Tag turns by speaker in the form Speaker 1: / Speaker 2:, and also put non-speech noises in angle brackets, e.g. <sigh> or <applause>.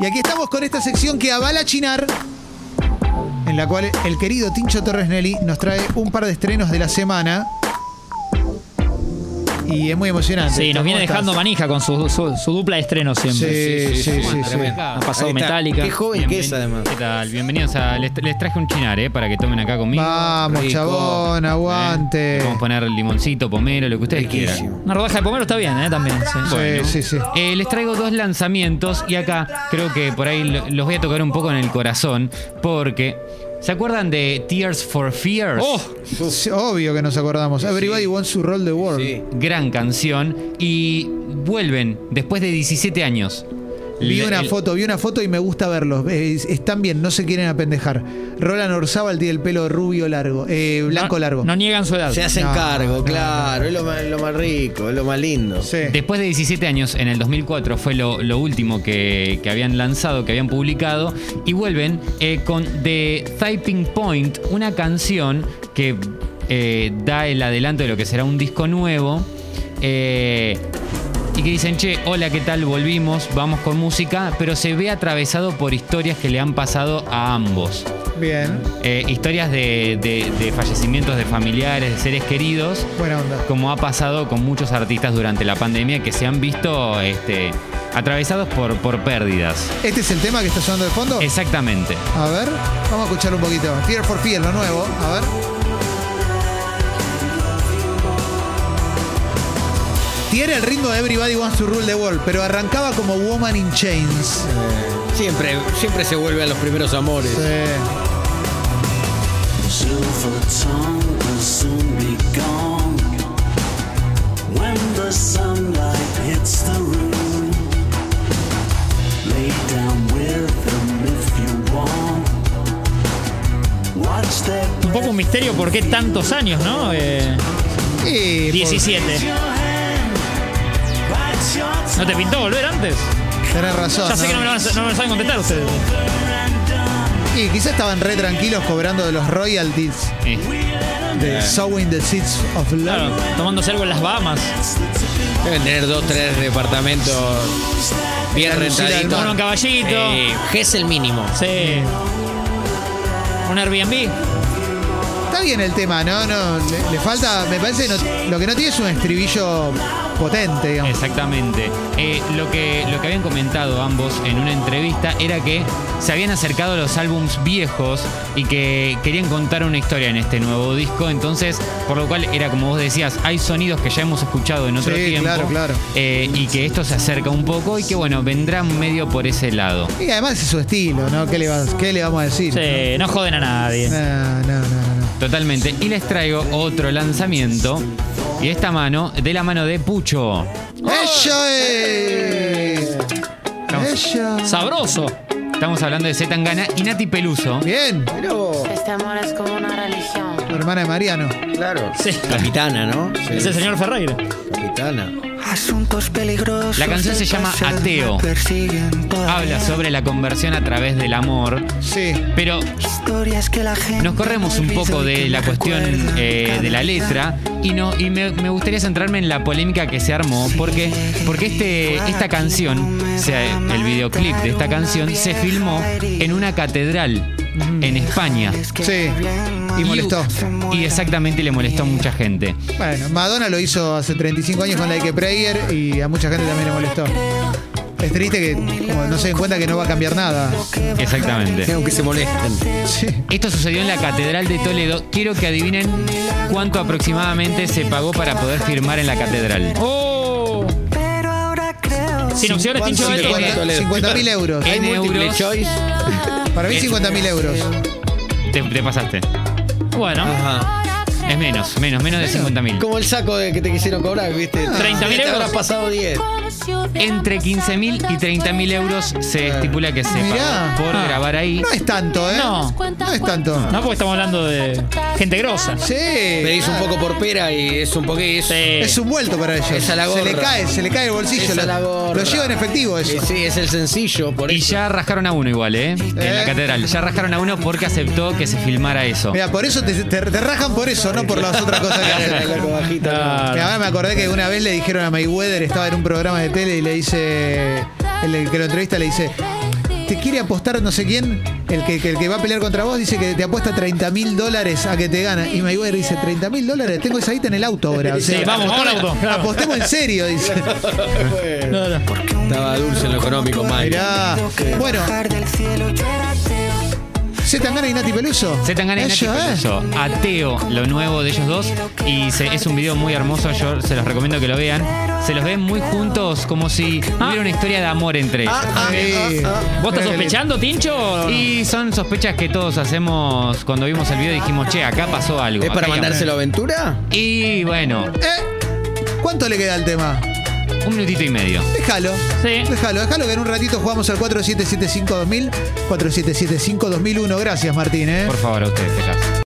Speaker 1: Y aquí estamos con esta sección que avala Chinar, en la cual el querido Tincho Torres Nelly nos trae un par de estrenos de la semana. Y es muy emocionante.
Speaker 2: Sí, nos
Speaker 1: Este, ¿Cómo
Speaker 2: viene
Speaker 1: estás?
Speaker 2: dejando manija con su, su- su dupla de estreno siempre.
Speaker 1: Sí, sí, sí. sí, sí.
Speaker 3: Ah,
Speaker 2: Ha pasado
Speaker 3: ahí está.
Speaker 2: Metallica.
Speaker 3: Qué joven que es,
Speaker 4: Bienven-
Speaker 3: además.
Speaker 4: ¿Qué tal? Bienvenidos a. Les, les traje un chinar, ¿eh? Para que tomen acá conmigo. ¿Eh?
Speaker 1: Vamos,
Speaker 3: rico.
Speaker 2: ¿eh?
Speaker 1: chabón, aguante.
Speaker 4: Le Podemos poner limoncito, pomelo, lo que ustedes quieran.
Speaker 3: Riquísimo.
Speaker 2: Una rodaja de pomelo está bien, ¿eh? También. sí.
Speaker 4: bueno.
Speaker 1: Sí, sí, sí.
Speaker 4: Eh, les traigo dos lanzamientos y acá creo que por ahí lo- los voy a tocar un poco en el corazón porque. ¿Se acuerdan de Tears for Fears?
Speaker 2: ¡Oh!
Speaker 1: Sí, Obvio que nos acordamos. Everybody wants to roll the world.
Speaker 3: Sí.
Speaker 4: Gran canción. Y vuelven después de 17 años.
Speaker 1: Vi
Speaker 4: Le-
Speaker 1: una
Speaker 4: el-
Speaker 1: foto, vi una foto y me gusta verlos. Eh, es- Están bien, no se quieren apendejar. Roland Orzábal tiene el pelo rubio largo, eh, blanco
Speaker 2: No-
Speaker 1: largo.
Speaker 2: No niegan su edad.
Speaker 3: Se hacen
Speaker 1: No,
Speaker 3: cargo,
Speaker 1: no,
Speaker 3: claro. Es lo más, lo más rico, es lo más lindo.
Speaker 1: Sí.
Speaker 4: Después de 17 años, en el 2004 fue lo, lo último que, que habían lanzado, que habían publicado, y vuelven eh, con The Typing Point, una canción que eh, da el adelanto de lo que será un disco nuevo. eh, y que dicen, che, hola, ¿qué tal? Volvimos, vamos con música, pero se ve atravesado por historias que le han pasado a ambos.
Speaker 1: Bien,
Speaker 4: Eh, historias de, de- de fallecimientos de familiares, de seres queridos,
Speaker 1: buena onda.
Speaker 4: como ha pasado con muchos artistas durante la pandemia que se han visto este, atravesados por, por pérdidas.
Speaker 1: ¿Este es el tema que está sonando de fondo?
Speaker 4: Exactamente.
Speaker 1: A ver, vamos a escuchar un poquito. Fear for Fear, lo nuevo. A ver. Tiene el ritmo de Everybody Wants to Rule the World, pero arrancaba como Woman in Chains.
Speaker 3: Siempre, siempre se vuelve a los primeros amores.
Speaker 1: Sí.
Speaker 5: Silver tongue will soon be gone when the sunlight hits the room. Lay down with them if you want. Watch their
Speaker 2: Un poco un misterio por qué tantos años, ¿no? Eh,
Speaker 1: Y por-
Speaker 2: 17. ¿No te pintó volver antes?
Speaker 1: Tenés razón.
Speaker 2: Ya sé
Speaker 1: ¿no?
Speaker 2: que no me, lo van a- no me lo saben contestar ustedes.
Speaker 1: Y quizás estaban re tranquilos cobrando de los royalties
Speaker 4: Eh,
Speaker 1: de Sowing the Seeds of Love.
Speaker 2: Claro, tomándose algo en las Bahamas.
Speaker 3: Deben tener dos, tres departamentos bien
Speaker 1: Claro, sí,
Speaker 3: rentaditos.
Speaker 2: Tomaron un caballito.
Speaker 3: Eh, ¿Qué es el mínimo?
Speaker 2: Sí. Un Airbnb.
Speaker 1: Está bien el tema, ¿no? no le, le falta, me parece, no- lo que no tiene es un estribillo potente, digamos.
Speaker 4: exactamente. Eh, lo, que, lo que habían comentado ambos en una entrevista era que se habían acercado a los álbums viejos y que querían contar una historia en este nuevo disco. Entonces, por lo cual era como vos decías, hay sonidos que ya hemos escuchado en otro
Speaker 1: Sí,
Speaker 4: tiempo.
Speaker 1: claro, claro.
Speaker 4: eh, y que esto se acerca un poco y que bueno, vendrán medio por ese lado.
Speaker 1: Y además es su estilo, ¿no? ¿Qué le, vas- qué le vamos a decir?
Speaker 2: Sí, no joden a nadie.
Speaker 1: No, no, no, no, no.
Speaker 4: Totalmente. Y les traigo otro lanzamiento. Y esta mano, de la mano de Pucho.
Speaker 1: ¡Eso es! ¡Eso!
Speaker 2: Sabroso.
Speaker 4: Estamos hablando de Zetangana y Nati Peluso.
Speaker 1: Bien,
Speaker 6: Este amor es como una religión.
Speaker 1: la hermana de Mariano.
Speaker 3: Claro.
Speaker 2: Sí.
Speaker 3: Capitana, ¿no?
Speaker 2: Es el señor Ferreira.
Speaker 3: Capitana.
Speaker 7: Asuntos peligrosos.
Speaker 4: La canción se llama Ateo. Habla sobre la conversión a través del amor.
Speaker 1: Sí.
Speaker 4: Pero
Speaker 7: Historias que la gente
Speaker 4: nos corremos un poco de la cuestión eh, de la letra y, no, y me, me gustaría centrarme en la polémica que se armó porque, porque este, esta canción, o sea, el videoclip de esta canción se filmó en una catedral en España.
Speaker 1: Sí. Y molestó.
Speaker 4: Y exactamente le molestó a mucha gente.
Speaker 1: Bueno, Madonna lo hizo hace 35 años con Like a Prayer y a mucha gente también le molestó. Es triste que como no se den cuenta que no va a cambiar nada.
Speaker 4: Exactamente.
Speaker 3: Aunque se molesten.
Speaker 1: Sí.
Speaker 4: Esto sucedió en la Catedral de Toledo. Quiero que adivinen cuánto aproximadamente se pagó para poder firmar en la catedral.
Speaker 2: ¡Oh!
Speaker 7: Pero ahora creo.
Speaker 2: Sin opciones, Tincho
Speaker 3: sí,
Speaker 2: Bello.
Speaker 3: bueno. Toledo.
Speaker 1: 50 mil euros.
Speaker 4: Eh,
Speaker 3: Hay
Speaker 4: En
Speaker 3: múltiple
Speaker 4: euros.
Speaker 3: choice.
Speaker 1: Para mí 50 mil euros.
Speaker 4: Te, te pasaste.
Speaker 2: Bueno,
Speaker 3: Ajá.
Speaker 4: Es menos, menos, menos de 50 mil.
Speaker 3: Como el saco de que te quisieron cobrar, ¿viste?
Speaker 2: 30.000
Speaker 3: Te habrás
Speaker 2: euros.
Speaker 3: pasado 10.
Speaker 4: Entre 15 mil y 30 mil euros se estipula que se
Speaker 1: Mirá.
Speaker 4: pagó por
Speaker 2: Ah.
Speaker 4: grabar ahí.
Speaker 1: No es tanto, ¿eh?
Speaker 2: No.
Speaker 1: No es tanto.
Speaker 2: no porque estamos hablando de gente grosa.
Speaker 1: Sí.
Speaker 3: Pedís un poco por pera y es un poquito.
Speaker 2: Sí.
Speaker 1: Es un vuelto para ellos.
Speaker 3: Eh, Es a la
Speaker 1: Se le
Speaker 3: gorra.
Speaker 1: cae, se le cae el bolsillo.
Speaker 3: Es a
Speaker 1: Lo-
Speaker 3: la gorra.
Speaker 1: Lo lleva en efectivo eso.
Speaker 3: Sí, sí, es el sencillo, por
Speaker 4: Y
Speaker 3: eso.
Speaker 4: ya rascaron a uno igual, ¿eh? En la catedral. Ya rascaron a uno porque aceptó que se filmara eso.
Speaker 1: Mira, por eso te, te- te rajan por eso, no por las otras cosas que
Speaker 3: <laughs> El
Speaker 1: hacen.
Speaker 3: arco bajito,
Speaker 1: <laughs>
Speaker 3: ¿no?
Speaker 1: Que ahora me acordé que una vez le dijeron a Mayweather, estaba en un programa de tele y le dice, el que lo entrevista le dice, te quiere apostar no sé quién, el que, que- el que va a pelear contra vos, dice que te apuesta 30 mil dólares a que te gana. Y Mayweather dice, 30 mil dólares, tengo esa guita en el auto ahora. O sea,
Speaker 2: Sí, vamos, vamos al auto, claro.
Speaker 1: Apostemos en serio, dice.
Speaker 2: No, no.
Speaker 3: Estaba dulce en lo económico, mal.
Speaker 1: Mirá. Bueno,
Speaker 7: Bajar del cielo, yo era ateo.
Speaker 1: Z-Tangana y Nati Peluso.
Speaker 4: Zetangana y Nati
Speaker 1: Ellos, ¿eh?
Speaker 4: Peluso, Ateo, lo nuevo de ellos dos. Y se- es un video muy hermoso, yo se los recomiendo que lo vean. Se los ven muy juntos, como si hubiera una historia de amor entre ellos.
Speaker 1: Sí.
Speaker 2: Ah. ¿Vos
Speaker 1: Ah, Mirá
Speaker 2: estás
Speaker 1: qué lindo.
Speaker 2: sospechando, Tincho?
Speaker 4: Y son sospechas que todos hacemos cuando vimos el video dijimos, che, acá pasó algo.
Speaker 3: ¿Es para
Speaker 4: acá hay amor".
Speaker 3: mandárselo a Ventura?
Speaker 4: Y bueno,
Speaker 1: Eh, ¿Cuánto le queda al tema?
Speaker 4: un minutito y medio.
Speaker 1: Déjalo.
Speaker 2: Sí.
Speaker 1: Déjalo, déjalo que en un ratito jugamos al 4775-2000. 4775-2001. Gracias, Martín, ¿eh?
Speaker 4: Por favor, a ustedes, chicas.